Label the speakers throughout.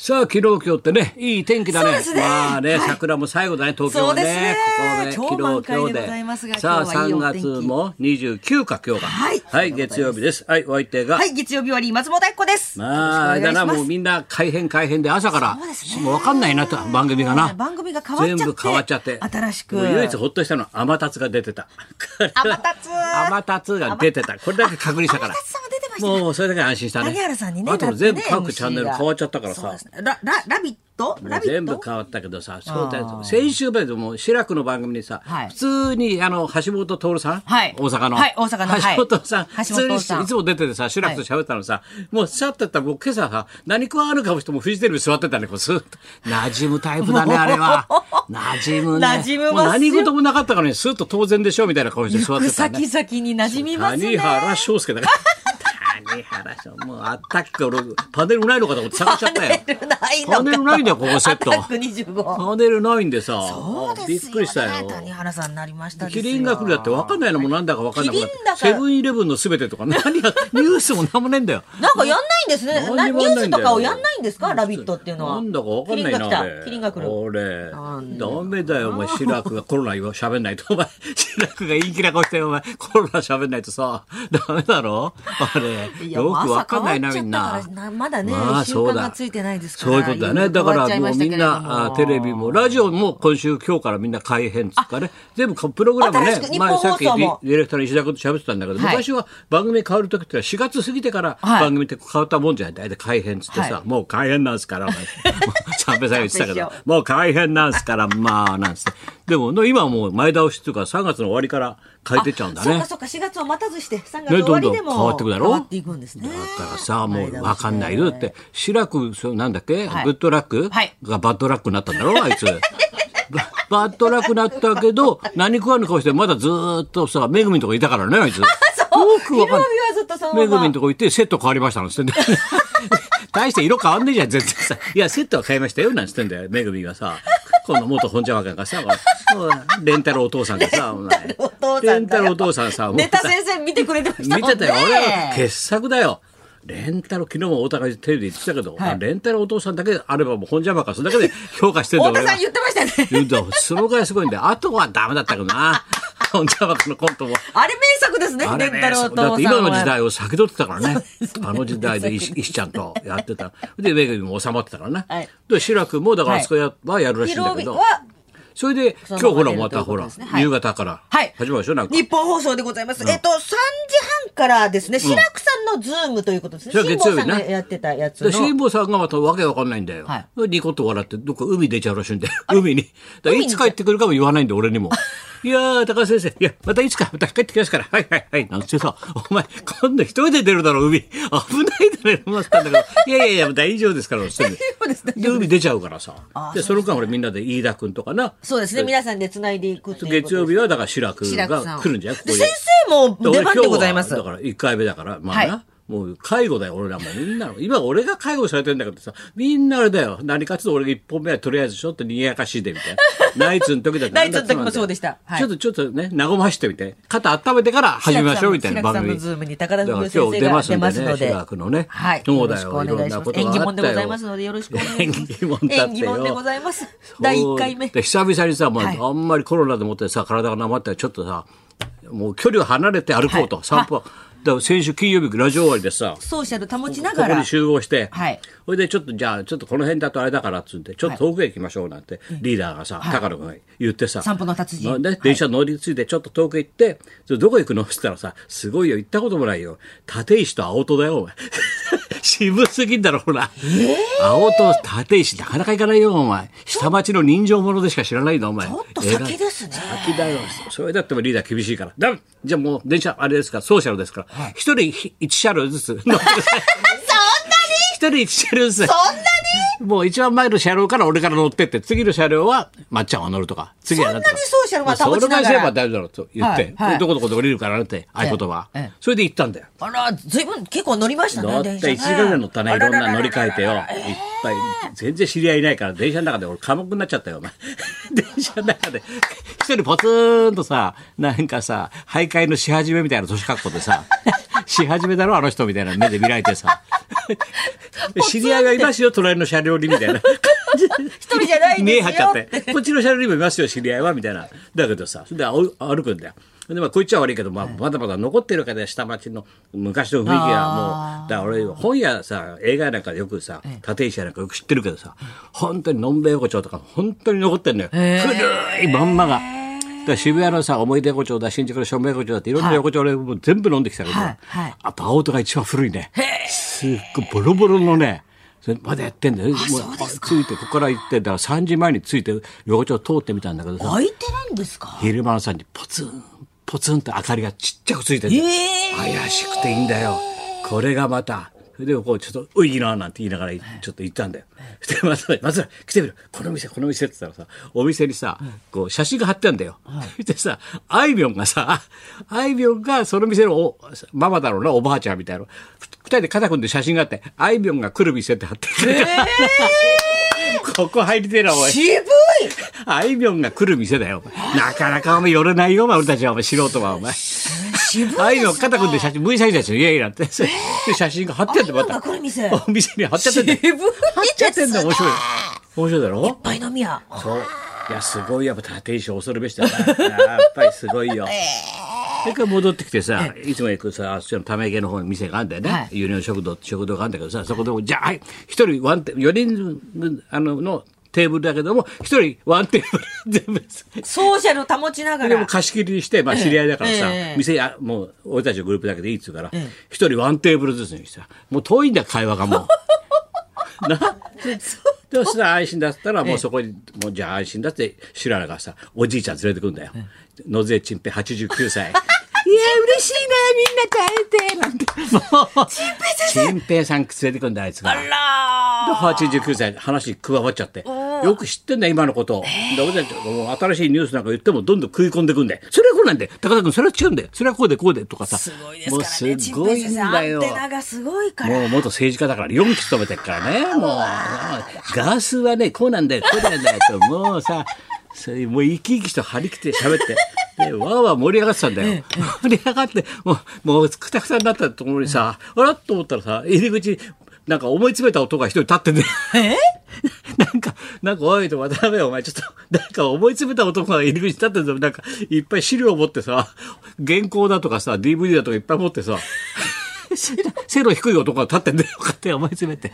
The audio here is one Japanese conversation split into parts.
Speaker 1: さあ、昨日今日ってね、いい天気だね。
Speaker 2: そうですね
Speaker 1: まあね、
Speaker 2: はい
Speaker 1: 桜も最後だね、東京はね。
Speaker 2: そうですね
Speaker 1: ここ
Speaker 2: 超満
Speaker 1: 昨日
Speaker 2: 開で
Speaker 1: 今日
Speaker 2: ございますが
Speaker 1: さあ、
Speaker 2: 今日はいい
Speaker 1: 3
Speaker 2: お天気
Speaker 1: 月も29か、今日が。
Speaker 2: はい
Speaker 1: 月曜日です。はい、お相手が。
Speaker 2: はい、月曜日終わり、松本明子です。
Speaker 1: まあ、あれ
Speaker 2: よろ
Speaker 1: だ
Speaker 2: しく
Speaker 1: な、も
Speaker 2: お願いし
Speaker 1: う
Speaker 2: ます
Speaker 1: みんな改変改変で朝から、
Speaker 2: そうですね
Speaker 1: もうわかんないなと、番組がな。
Speaker 2: 番組が変わっちゃって
Speaker 1: 全部変わっちゃって。
Speaker 2: 新しく
Speaker 1: もう唯一ほっとしたのは、天達が出て た。
Speaker 2: 天達
Speaker 1: 天達が出てた。これだけ確認したから
Speaker 2: 天。達さんも出てましたね
Speaker 1: もうそれだけ安心したね。
Speaker 2: 谷原さんにね、
Speaker 1: あと
Speaker 2: だって
Speaker 1: 全
Speaker 2: ね
Speaker 1: 部各チャンネル
Speaker 2: MC が
Speaker 1: 変わっちゃったから
Speaker 2: そう
Speaker 1: さ
Speaker 2: で。すねラララビット
Speaker 1: も
Speaker 2: ラ
Speaker 1: う
Speaker 2: ビット
Speaker 1: 全部変わったけどさ、そうだよ先週までもう志らくの番組にさ、
Speaker 2: はい
Speaker 1: 普通にあの橋本徹さん、
Speaker 2: はい
Speaker 1: 大阪の、
Speaker 2: はい大阪のはい
Speaker 1: 橋本さん、普
Speaker 2: 橋
Speaker 1: 通に
Speaker 2: 本さん
Speaker 1: いつも出ててさ、志らくと喋ったのさ、もうさってったら僕今朝さ、何食わぬ顔してもうフジテレビ座ってたね、こうスーッと。馴染むタイプ だね、あれは。馴染むね。
Speaker 2: 馴染む
Speaker 1: もう
Speaker 2: ます
Speaker 1: 何
Speaker 2: よ
Speaker 1: 事もなかったからね、スーッと当然でしょみたいな顔して座っ
Speaker 2: 行く
Speaker 1: てたね。
Speaker 2: 先々に馴染みます
Speaker 1: 谷
Speaker 2: ね。
Speaker 1: 原章介だから。谷原章、もうあったっけ俺、パネルないのかと思って探しちゃったよ。
Speaker 2: パネル な
Speaker 1: パネルな
Speaker 2: いのか
Speaker 1: いんだよ、ここセット。
Speaker 2: アタック25
Speaker 1: パネルないんでさ。
Speaker 2: そうです
Speaker 1: びっ
Speaker 2: よね
Speaker 1: くりしたよ。
Speaker 2: 谷原さんになりましたです
Speaker 1: キ
Speaker 2: よ。
Speaker 1: リンが来るだって分かんないのもなんだか分かんなくなって
Speaker 2: キリンだか
Speaker 1: セ
Speaker 2: ら
Speaker 1: ブンイレブンのすべてとか何やニュースもなんもねえんだよ
Speaker 2: なんかやんないんですね。な
Speaker 1: 何にも
Speaker 2: ニ
Speaker 1: や
Speaker 2: ュ
Speaker 1: んないん
Speaker 2: ース
Speaker 1: だよ
Speaker 2: とかをやんないんですかラビットっていうのは。
Speaker 1: なんだか分かんない
Speaker 2: キリ
Speaker 1: な
Speaker 2: ンが
Speaker 1: あ
Speaker 2: 来
Speaker 1: れ
Speaker 2: た。キリンが来る。
Speaker 1: 俺
Speaker 2: なんだ
Speaker 1: ダメだよお前志らくがコロナ今喋んないとお前 志らくが陰気な顔してお前コロナ喋んないとさダメだろあれ
Speaker 2: いや
Speaker 1: よく分かんないな
Speaker 2: まあ
Speaker 1: み
Speaker 2: 朝
Speaker 1: んな
Speaker 2: 変わっちゃったからなまだね
Speaker 1: まあ
Speaker 2: 習慣
Speaker 1: そうだ
Speaker 2: がついてないですから
Speaker 1: そういうことだねだからもうみん
Speaker 2: いろいろ変わっちゃいましたけれど
Speaker 1: な
Speaker 2: も
Speaker 1: あテレビもラジオも今週今日からみんな改編っつうかね全部プログラム
Speaker 2: 新
Speaker 1: ね
Speaker 2: しく日本
Speaker 1: 前さっきデ
Speaker 2: 放送
Speaker 1: ィ
Speaker 2: も
Speaker 1: ディレクターの石田君と喋ってたんだけど
Speaker 2: はい
Speaker 1: 昔は番組変わる時ってのは4月過ぎてから
Speaker 2: はい
Speaker 1: 番組って変わったもんじゃない大体改編っつってさ
Speaker 2: は
Speaker 1: もう改編なんですからお 前三平さんが言ってたけ
Speaker 2: 三平
Speaker 1: ど
Speaker 2: 師匠
Speaker 1: もう改編なんですからまあなんつってでもね今はもう前倒しっていうか3月の終わりから変えてっちゃうんだ
Speaker 2: そっ
Speaker 1: ね
Speaker 2: かそっか4月を待たずして3月
Speaker 1: ね、
Speaker 2: 終
Speaker 1: ど
Speaker 2: わ
Speaker 1: ん
Speaker 2: り
Speaker 1: どん
Speaker 2: で
Speaker 1: 変
Speaker 2: も
Speaker 1: わってくだろ
Speaker 2: 変わっていくんですね
Speaker 1: だからさ、もう
Speaker 2: 前倒しで
Speaker 1: 分かんないよ。だって、志らく、そうなんだっけ、
Speaker 2: はい
Speaker 1: グッドラック、
Speaker 2: はい
Speaker 1: がバッドラックになったんだろあいつ。ババッドラックになったけど、何食わぬ顔して、まだずーっとさ、めぐみんとこいたからね、あいつ。よくわかんない
Speaker 2: 昼帯はずっとそのまま
Speaker 1: めぐみんとこ行って、セット変わりましたなんつってんだよ大して色変わんねえじゃん、全然さ。いや、セットは変えましたよ、なんつってんだよ、めぐみんがさ。この元本社若がさ、もうレンタルお父さんがさ、お前
Speaker 2: お父さんだよ
Speaker 1: レンタルお父さんさ、もうさ
Speaker 2: ネタ先生見てくれてましたも
Speaker 1: 見
Speaker 2: んね
Speaker 1: てたよ、俺は傑作だよ。レンタル、昨日も大高テレビで言ってたけど、
Speaker 2: はい
Speaker 1: あレンタルお父さんだけあればもう本邪魔か、それだけで 評価してんだ
Speaker 2: 太田さん
Speaker 1: 俺
Speaker 2: 言
Speaker 1: は
Speaker 2: ってましたね
Speaker 1: 言うと、そのぐらいすごいんだよ。あとはダメだったけど な。本邪魔かのコントも。
Speaker 2: あれ名作ですね
Speaker 1: あれ
Speaker 2: レン
Speaker 1: ね
Speaker 2: タルお父さん
Speaker 1: だっ
Speaker 2: は
Speaker 1: て今の時代を先取ってたからね。あの時代で 石石ちゃんとやってた。で、めぐみも収まってたからね。
Speaker 2: はい
Speaker 1: で、志らくもだからあそこやはやるらしいん
Speaker 2: 昼
Speaker 1: だけ
Speaker 2: 帯
Speaker 1: ど。
Speaker 2: は
Speaker 1: それで、
Speaker 2: そ
Speaker 1: 今日ほ
Speaker 2: の
Speaker 1: ら、
Speaker 2: まま
Speaker 1: また
Speaker 2: 出ると
Speaker 1: ほ
Speaker 2: いうこと
Speaker 1: ら
Speaker 2: ですね、はい
Speaker 1: 夕方から
Speaker 2: はい
Speaker 1: 始まるでしょ、なんか。
Speaker 2: 日本放送でございます、えっと3時半からですね志らくさんのズームということですね
Speaker 1: それ
Speaker 2: 辛
Speaker 1: 月曜日
Speaker 2: 坊さん
Speaker 1: ね
Speaker 2: がやってたやつ
Speaker 1: で辛
Speaker 2: の
Speaker 1: 坊さんがまたわけわかんないんだよ。
Speaker 2: はい
Speaker 1: ニコッと笑って、どっか海出ちゃうらしいんだよ。海に。だからいつ帰ってくるかも言わないんだよ、俺にも。いやー、高橋先生、いや、またいつか、また帰ってきますから、はいはいはい。なんてさ、お前、今度一人で出るだろ、海。危ないだろ、思ってたんだけど、いやいやいや、大丈夫ですから、大丈
Speaker 2: 夫です大
Speaker 1: で、海出ちゃうからさ
Speaker 2: あ。ー
Speaker 1: で、その間俺みんなで飯田君とかな。
Speaker 2: そうですね皆さんでつないでいくっていうこと
Speaker 1: 月曜日は、だから、志らく
Speaker 2: 志らくさ
Speaker 1: が
Speaker 2: ん
Speaker 1: 来るんじゃないここ
Speaker 2: で
Speaker 1: に
Speaker 2: 先生も出番でございます
Speaker 1: 俺今日はだから1回目だから、まあな
Speaker 2: は
Speaker 1: もう介護だよ、俺らも。みんなの。今俺が介護されてんだけどさ、みんなあれだよ。何かつ俺が1本目はとりあえずちょっと賑やかしいで、みたい な。ナイツの時だってなんだっつまんだよ
Speaker 2: ナイツの時もそうでしたはい
Speaker 1: ちょっとちょっとね、和ましてみて。肩温めてから始めましょう、みたいな番組。
Speaker 2: 志らくさんのズームに高田文
Speaker 1: だか
Speaker 2: 夫
Speaker 1: ら今日出ま
Speaker 2: 先
Speaker 1: す
Speaker 2: 生
Speaker 1: ん
Speaker 2: が
Speaker 1: で
Speaker 2: 出
Speaker 1: ね、
Speaker 2: ますので
Speaker 1: 志らくのね。
Speaker 2: はい
Speaker 1: そう
Speaker 2: よろ
Speaker 1: だ
Speaker 2: しく
Speaker 1: よ、
Speaker 2: お
Speaker 1: い
Speaker 2: 願
Speaker 1: ろん
Speaker 2: いし
Speaker 1: な
Speaker 2: ま
Speaker 1: こ
Speaker 2: す
Speaker 1: とがあ
Speaker 2: 演
Speaker 1: った
Speaker 2: 技
Speaker 1: よ。
Speaker 2: 問でございますのでよろしくお願いしま す
Speaker 1: 演技もんだってよ
Speaker 2: 演技もんでございます第1回目
Speaker 1: で久々にさ、まあ
Speaker 2: はい
Speaker 1: あんまりコロナでもってさ体がなまったらちょっとさもう距離を離れて歩こうと、
Speaker 2: はい
Speaker 1: 散歩だから先週金曜日ラジオ終わりでさ
Speaker 2: ソーシャル保ちな
Speaker 1: こ
Speaker 2: が
Speaker 1: こ
Speaker 2: ら
Speaker 1: に集合して、
Speaker 2: はい
Speaker 1: それでちょっとじゃあちょっとこの辺だとあれだからっつってちょっと遠くへ行きましょうなんて、リーダーがさ、高野君が言ってさ
Speaker 2: 散歩の達人
Speaker 1: まあね
Speaker 2: はい
Speaker 1: 電車乗り継いでちょっと遠くへ行ってそれどこ行くのっつったらさすごいよ行ったこともないよ立石と青戸だよお前 渋すぎんだろほら、青戸立石なかなか行かないよお前下町の人情者でしか知らないんだお前
Speaker 2: ちょっと先ですね
Speaker 1: 先だよ。それだってもリーダー厳しいから。だめじゃあもう電車あれですから、ソーシャルですから。一、人一車両 ずつ乗ってください。そんなに一人一車両ずつ。
Speaker 2: そんなに
Speaker 1: もう一番前の車両から俺から乗ってって、次の車両はまっちゃんが乗るとか、次はとか。
Speaker 2: そんなにソーシャルは保ちながら
Speaker 1: まあそれぐいすれば大丈夫だろうと言って、
Speaker 2: はいはい
Speaker 1: どこどこで降りるからなんて合言葉、
Speaker 2: ええええ
Speaker 1: それで行ったんだよ。
Speaker 2: あら、ずいぶん結構乗りましたね、
Speaker 1: だって1
Speaker 2: 電車ね
Speaker 1: 時間ぐらい乗ったね、いろんな乗り換えてよ。いっ
Speaker 2: あららららら
Speaker 1: ぱい、全然知り合いいないから、電車の中で俺、寡黙になっちゃったよ、 お前。電車の中で、 一人ポツンとさ、なんかさ、徘徊のし始めみたいな年格好でさ、し始めだろ、あの人みたいな目で見られて さ。知り合いがいますよ、隣の車両にみたいな。
Speaker 2: 一人じゃないん
Speaker 1: 見
Speaker 2: で
Speaker 1: え
Speaker 2: す
Speaker 1: 張
Speaker 2: よ
Speaker 1: っちゃって。こっちの車両にもいますよ、知り合いは、みたいな。だけどさ、それで歩歩くんだよ。でまあ、こいつは悪いけど、まあ、まだまだ残ってるから、下町の昔の雰囲気がもう、だから俺、本屋さ、映画なんかでよくさ、立石やなんかよく知ってるけどさ、本当にのんべい横丁とか、本当に残ってんのよ。古いまんまが。だから渋谷のさ、思い出横丁だ、新宿の正面横丁だって、いろんな横丁俺もう全部飲んできたけど、
Speaker 2: はいはい
Speaker 1: あと青戸が一番古いね。すっごいボロボロのね、それまだやってんだよ。もうついて、ここから行って、だから3時前に着いて、横丁通ってみたんだけどさ、
Speaker 2: 開いてないんですか
Speaker 1: 昼間の3時、ポツン、ポツンって明かりがちっちゃくついてる、
Speaker 2: ええ
Speaker 1: 怪しくていいんだよ。これがまた。それで、こう、ちょっと、ういいな、なんて言いながら、ちょっと行ったんだよ。そして、松村、松村、来てみろ。この店、この店って言ったらさ、お店にさ、こう、写真が貼ってあるんだよ。そしてさ、あいみょんがさ、あいみょんが、その店のお、ママだろうな、おばあちゃんみたいな。ふ二人で肩組んで写真があって、あいみょんが来る店って貼ってある ここ入りてえな、おい。
Speaker 2: 渋い
Speaker 1: あいみょんが来る店だよ、お前なかなかお前寄れないよ、お前俺たちは、お前素人は、お前。
Speaker 2: 渋い
Speaker 1: ああいうの肩組んで写真、V サイズですよ、イエイなんて。で、写真が貼ってあって、ま
Speaker 2: あ今
Speaker 1: た
Speaker 2: が来る店。
Speaker 1: お店に貼っちゃってんだよ。
Speaker 2: 渋いですね
Speaker 1: 貼っちゃってんだよ面 白い。面白いだろ
Speaker 2: パイ飲み屋
Speaker 1: そう。いや、すごい、やっぱ立石恐るべしだな。やっぱりすごいよ。それから戻ってきてさ、いつも行くさ、あっちのため池の方に店があるんだよね。
Speaker 2: はい
Speaker 1: ユニオン食堂って食堂があるんだけどさ、そこでも、じゃあ、はい、一人ワンテ、4人分あののテーブルだけども、一人ワンテーブル全部。
Speaker 2: ソーシャル保ちなが
Speaker 1: で
Speaker 2: ら
Speaker 1: も貸し切りにして、まあ、知り合いだからさ、
Speaker 2: ええ
Speaker 1: 店や、もう俺たちのグループだけでいいっつうから、一、人ワンテーブルずつにしてさ、もう遠いんだよ、会話がも う。なでもさ、安心だったら、もうそこに、もうじゃあ安心だって、シュララがさ、おじいちゃん連れてくんだよ。野瀬チンペ89歳。いや、嬉しいな、みんなと会えて、なんて。もう、チンペさん。チンペさん連れてくんだよ、あいつが。
Speaker 2: あ
Speaker 1: 89歳で話に加わっちゃって、よく知ってんだよ今のことを、で俺たちもう新しいニュースなんか言ってもどんどん食い込んでくんでそれはこうなんで高田君それは違うんでそれはこうでこうでとからさ
Speaker 2: すごいですからね
Speaker 1: もうすごい
Speaker 2: 陳平
Speaker 1: ん
Speaker 2: 先生
Speaker 1: だよ
Speaker 2: アンテナがすごいから
Speaker 1: もう元政治家だから4期勤めてるからねもうガースはねこうなんだよこうなんだよともうさ それもう生き生きと張り切って喋って。でわーわー盛り上がってたんだよ。盛り上がって、もう、もう、くたくたになったところにさ、あらっと思ったらさ、入り口に、なんか思い詰めた男が一人立ってんだよ。 なんか、なんか、おいと渡辺、お前、ちょっと、なんか思い詰めた男が入り口に立ってるぞ。なんか、いっぱい資料を持ってさ、原稿だとかさ、DVD だとかいっぱい持ってさ、背の低い男が立ってんだよ、勝手に思い詰めて。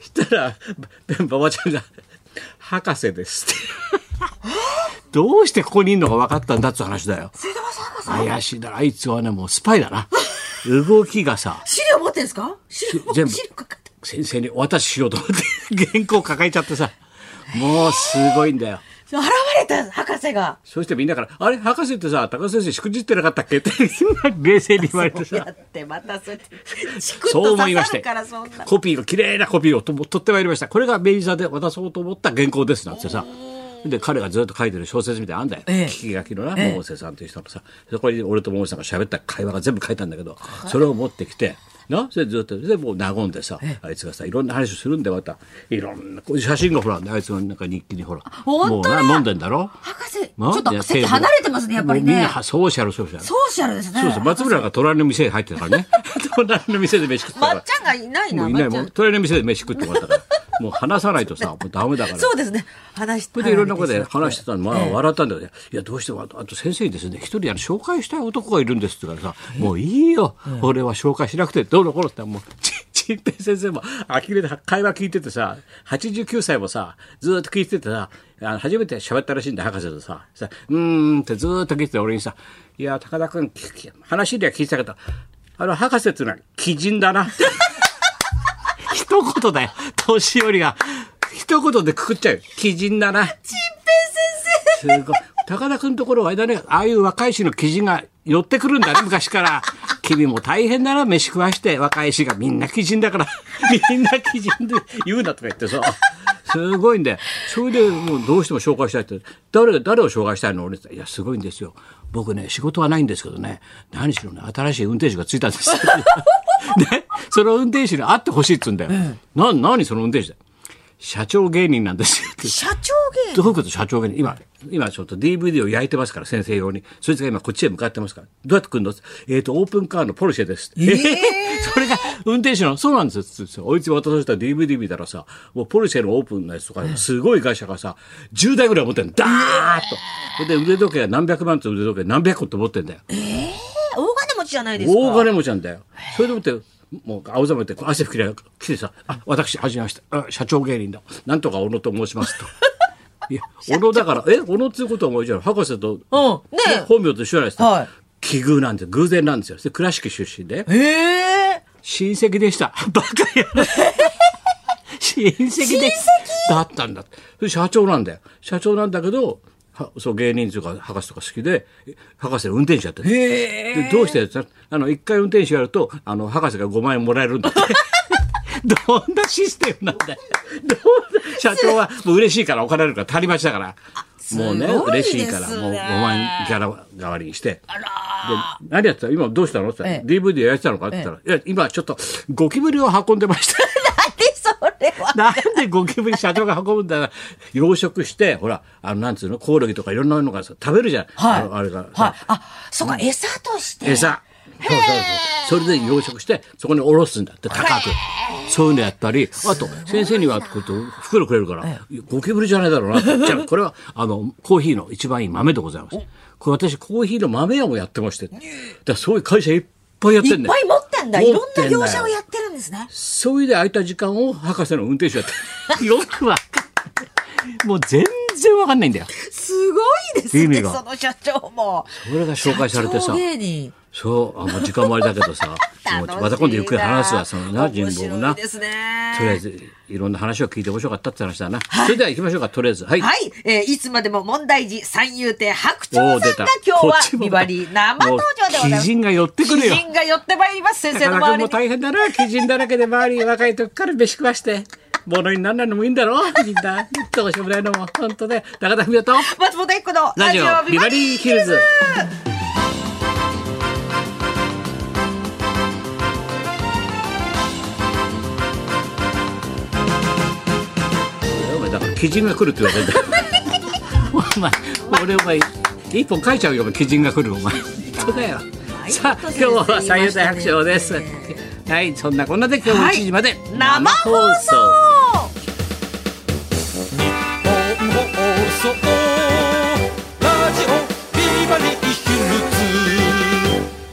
Speaker 1: したら、ばばばちゃんが、博士ですって。どうしてここにいるのか分かったんだって話だよ。怪しいだろ。あいつはね、もうスパイだな。動きがさ、
Speaker 2: 資料持ってんですか資料
Speaker 1: 全部
Speaker 2: 資料かかって
Speaker 1: 先生にお渡ししようと思って、原稿抱えちゃってさ、もうすごいんだよ。
Speaker 2: 現れた博士が
Speaker 1: そしてみんなから、あれ、博士ってさ、高田先生しくじってなかったっけって、みんな 冷静に言われて
Speaker 2: そうや
Speaker 1: さ、
Speaker 2: ってまたそうやってチクッ
Speaker 1: そう
Speaker 2: と
Speaker 1: 思い
Speaker 2: 刺
Speaker 1: まし
Speaker 2: さ
Speaker 1: て
Speaker 2: るからそんな、
Speaker 1: コピーが、綺麗なコピーをと取ってまいりました。これが明治座で渡そうと思った原稿です、なんてさ。で、彼がずっと書いてる小説みたいなのあんだよ。
Speaker 2: ええ
Speaker 1: 聞き書きのな、百瀬さんという人のさ、そこに俺と百瀬さんが喋った会話が全部書いたんだけど、それを持ってきて、な、それでずっと、で、もう和んでさ、あいつがさ、いろんな話をするんで、また、いろんな、こういう写真がほら、あいつのなんか日記にほら、も
Speaker 2: 本
Speaker 1: う
Speaker 2: 当だ
Speaker 1: な、飲んでんだろ
Speaker 2: 博士ち
Speaker 1: な
Speaker 2: ょっ
Speaker 1: いや
Speaker 2: と
Speaker 1: テーブ
Speaker 2: 席
Speaker 1: ル
Speaker 2: 離れてますねやっぱり
Speaker 1: もうみん
Speaker 2: ね
Speaker 1: なソーシャルソーシャル
Speaker 2: ソーシャルですね
Speaker 1: そうそう松村が隣の店に入ってたからね隣の店で飯食ってたか
Speaker 2: ま
Speaker 1: ら
Speaker 2: っちゃんがいない
Speaker 1: も
Speaker 2: な
Speaker 1: ういない
Speaker 2: ま
Speaker 1: も
Speaker 2: っ
Speaker 1: ん
Speaker 2: ち
Speaker 1: 隣の店で飯食ってもらったから もう話さないとさもうダメだか
Speaker 2: ゃん
Speaker 1: ら
Speaker 2: そうですね話し
Speaker 1: それでいろんなことで話してたの、まあ、笑ったんだけど、いや、どうしても、あとあと先生にですね、一人あの紹介したい男がいるんですって言うからさ、もういいよ、俺は紹介しなくて、どうのこうのって、もう、ち、ちんぺい先生も、呆れて会話聞いててさ、89歳もさ、ずーっと聞いててさ、あの初めて喋ったらしいんだ、博士とさ、さ、うーんってずーっと聞いてて、俺にさ、いや、高田君、聞き話では聞いてたけど、あの、博士っていうのは、鬼人だな。一言だよ、年寄りが。一言でくくっちゃうよ。鬼人だな。すごい。高田君のところはあれだね、ああいう若い衆の記事が寄ってくるん だね、昔から。君も大変だな、飯食わして、若い衆がみんな記人だから、 みんな記人で言うなとか言ってさ。すごいんだよ。それでもうどうしても紹介したいって、誰、誰を紹介したいの俺って言ったらいや、すごいんですよ。僕ね、仕事はないんですけどね、何しろね、新しい運転手がついたん ですよ。ね、その運転手に会ってほしいっつうんだよ。な、何その運転手だよ。社長芸人なんですよって。
Speaker 2: 社長芸
Speaker 1: どういうこと社長がね今今ちょっと DVD を焼いてますから、先生用に。そいつが今こっちへ向かってますから。どうやって来るのえっ、と、オープンカーのポルシェです。え
Speaker 2: ー
Speaker 1: それが運転手の、そうなんですよ。つっておいつ渡された DVD 見たらさ、もうポルシェのオープンのやつとか、すごい会社がさ、10台ぐらい持ってんの。ダーッと。それで腕時計何百万つ腕時計何百個って持ってんだよ。
Speaker 2: 大金持ちじゃないですか。
Speaker 1: 大金持ちなんだよ。それでもって、もう青ざめてこう汗拭きながら来てさ、あ、私、はじめまして、あ社長芸人だ。なんとか小野と申し ますと。いや、小野だから、え、小野っていうことはもうじゃあ博士と、
Speaker 2: うんねえ
Speaker 1: 本名と一緒じゃないですか。
Speaker 2: はい
Speaker 1: 奇遇なんですよ。偶然なんですよ。で倉敷出身で、
Speaker 2: ええ
Speaker 1: 親戚でした。 バカや な。親戚でだったんだって。で社長なんだよ。社長なんだけど、はそう芸人とか博士とか好きで、え博士の運転手やってる。でどうしてやったらあの、一回運転手やると、あの、博士が5万円もらえるんだって。 どんなシステムなんだよ。どんな、社長はもう嬉しいから、お金あるから足りましたから。もうね、
Speaker 2: すごいで
Speaker 1: 嬉
Speaker 2: す
Speaker 1: し
Speaker 2: ね
Speaker 1: いから、もう5万円ギャラ代わりにして。
Speaker 2: あら
Speaker 1: で何やってた今どうしたのって言ったら、
Speaker 2: え
Speaker 1: DVD やってたのかって言ったら、いや、今ちょっとゴキブリを運んでました。
Speaker 2: で、それ は。
Speaker 1: なんでゴキブリ社長が運ぶんだな。養殖して、ほら、あの、なんつうの、コオロギとかいろんなのがさ食べるじゃん。
Speaker 2: はい。
Speaker 1: あのあれがさ。
Speaker 2: はい。あ、そっか、餌として。
Speaker 1: 餌。そうそうそう。それで養殖して、そこにおろすんだって、高く。そういうのやったり、あと、先生には、こう袋くれるから、ゴキブリじゃないだろうなって。じゃあ、これは、あの、コーヒーの一番いい豆でございます。これ私、コーヒーの豆屋もやってまして。だからそういう会社いっぱいやってん
Speaker 2: いっ
Speaker 1: ねん
Speaker 2: ぱい持ってんだ。い
Speaker 1: 持
Speaker 2: ろ
Speaker 1: っ
Speaker 2: ん
Speaker 1: て
Speaker 2: なん
Speaker 1: だよ
Speaker 2: 業者をやってるんですね。
Speaker 1: そういうで空いた時間を博士の運転手やってよくわかんない。もう全然わかんないんだよ。
Speaker 2: すごいです
Speaker 1: 意味
Speaker 2: ね、
Speaker 1: が
Speaker 2: その社長も。
Speaker 1: それが紹介されて
Speaker 2: 社
Speaker 1: さ
Speaker 2: 長。芸人。
Speaker 1: そう、あもう時間もあれだけどさ
Speaker 2: 楽し。い
Speaker 1: も う
Speaker 2: な
Speaker 1: また今度ゆっくり話すわ、そのな、人望もな。
Speaker 2: 面白いですね
Speaker 1: とりあえず、いろんな話を聞いて面白かったって話だな。それでは行きましょうか、とりあえず。はい。
Speaker 2: はい、えーいつまでも問題児三遊亭白
Speaker 1: おー
Speaker 2: 鳥さ
Speaker 1: 出
Speaker 2: ん
Speaker 1: た
Speaker 2: が今日
Speaker 1: こ
Speaker 2: は
Speaker 1: っちも
Speaker 2: ビバリー生登場でございます。
Speaker 1: もう鬼人が寄ってくるよ
Speaker 2: 鬼人が寄ってまいります、先生
Speaker 1: な
Speaker 2: の
Speaker 1: かな
Speaker 2: 周
Speaker 1: か
Speaker 2: り
Speaker 1: もう
Speaker 2: に。
Speaker 1: 大変だな、基人だらけで周り若い時から飯食わして。物になんないのもいいんだろみんな。どうしようもないのも、本当ね。中田文夫と、
Speaker 2: 松本一子の
Speaker 1: ラ
Speaker 2: ラ
Speaker 1: ジ
Speaker 2: ジ
Speaker 1: オ
Speaker 2: オ
Speaker 1: ビ
Speaker 2: ビ
Speaker 1: バ
Speaker 2: バ
Speaker 1: リ
Speaker 2: リ
Speaker 1: ー
Speaker 2: ー
Speaker 1: ヒ
Speaker 2: ヒ
Speaker 1: ル
Speaker 2: ル
Speaker 1: ズ
Speaker 2: ズ。
Speaker 1: お前だから基人が来るって言われてんだよ お前俺お前一本書いちゃうよお前基人が来るお前そうだよさあ今日は三遊亭白鳥ですはいそんなこんなで今日も1時まで
Speaker 2: 生放送
Speaker 3: 日本放送ラジオビバリー